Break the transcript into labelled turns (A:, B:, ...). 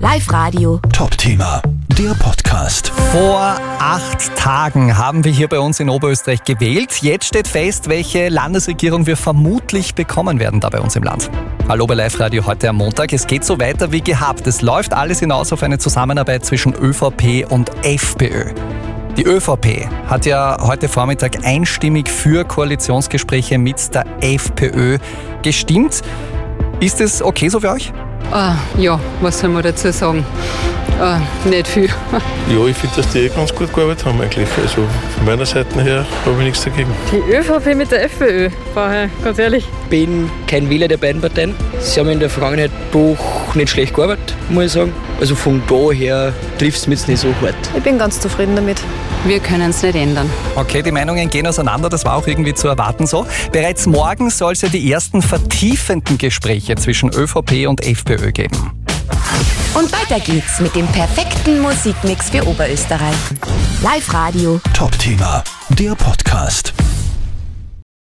A: Live Radio.
B: Top-Thema, der Podcast.
C: Vor acht Tagen haben wir hier bei uns in Oberösterreich gewählt. Jetzt steht fest, welche Landesregierung wir vermutlich bekommen werden da bei uns im Land. Hallo bei Live Radio heute am Montag. Es geht so weiter wie gehabt. Es läuft alles hinaus auf eine Zusammenarbeit zwischen ÖVP und FPÖ. Die ÖVP hat ja heute Vormittag einstimmig für Koalitionsgespräche mit der FPÖ gestimmt. Ist es okay so für euch?
D: Ah, ja, was soll man dazu sagen? Ah, nicht viel.
E: Ja, ich finde, dass die eh ganz gut gearbeitet haben eigentlich. Also von meiner Seite her habe ich nichts dagegen.
F: Die ÖVP mit der FPÖ, vorher, ganz ehrlich.
G: bin kein Wähler der beiden Parteien. Sie haben in der Vergangenheit doch nicht schlecht gearbeitet, muss ich sagen. Also von daher trifft es mich jetzt nicht so hart.
H: Ich bin ganz zufrieden damit.
D: Wir können es nicht ändern.
C: Okay, die Meinungen gehen auseinander, das war auch irgendwie zu erwarten so. Bereits morgen soll es ja die ersten vertiefenden Gespräche zwischen ÖVP und FPÖ geben.
A: Und weiter geht's mit dem perfekten Musikmix für Oberösterreich. Live Radio.
B: Top-Thema, der Podcast.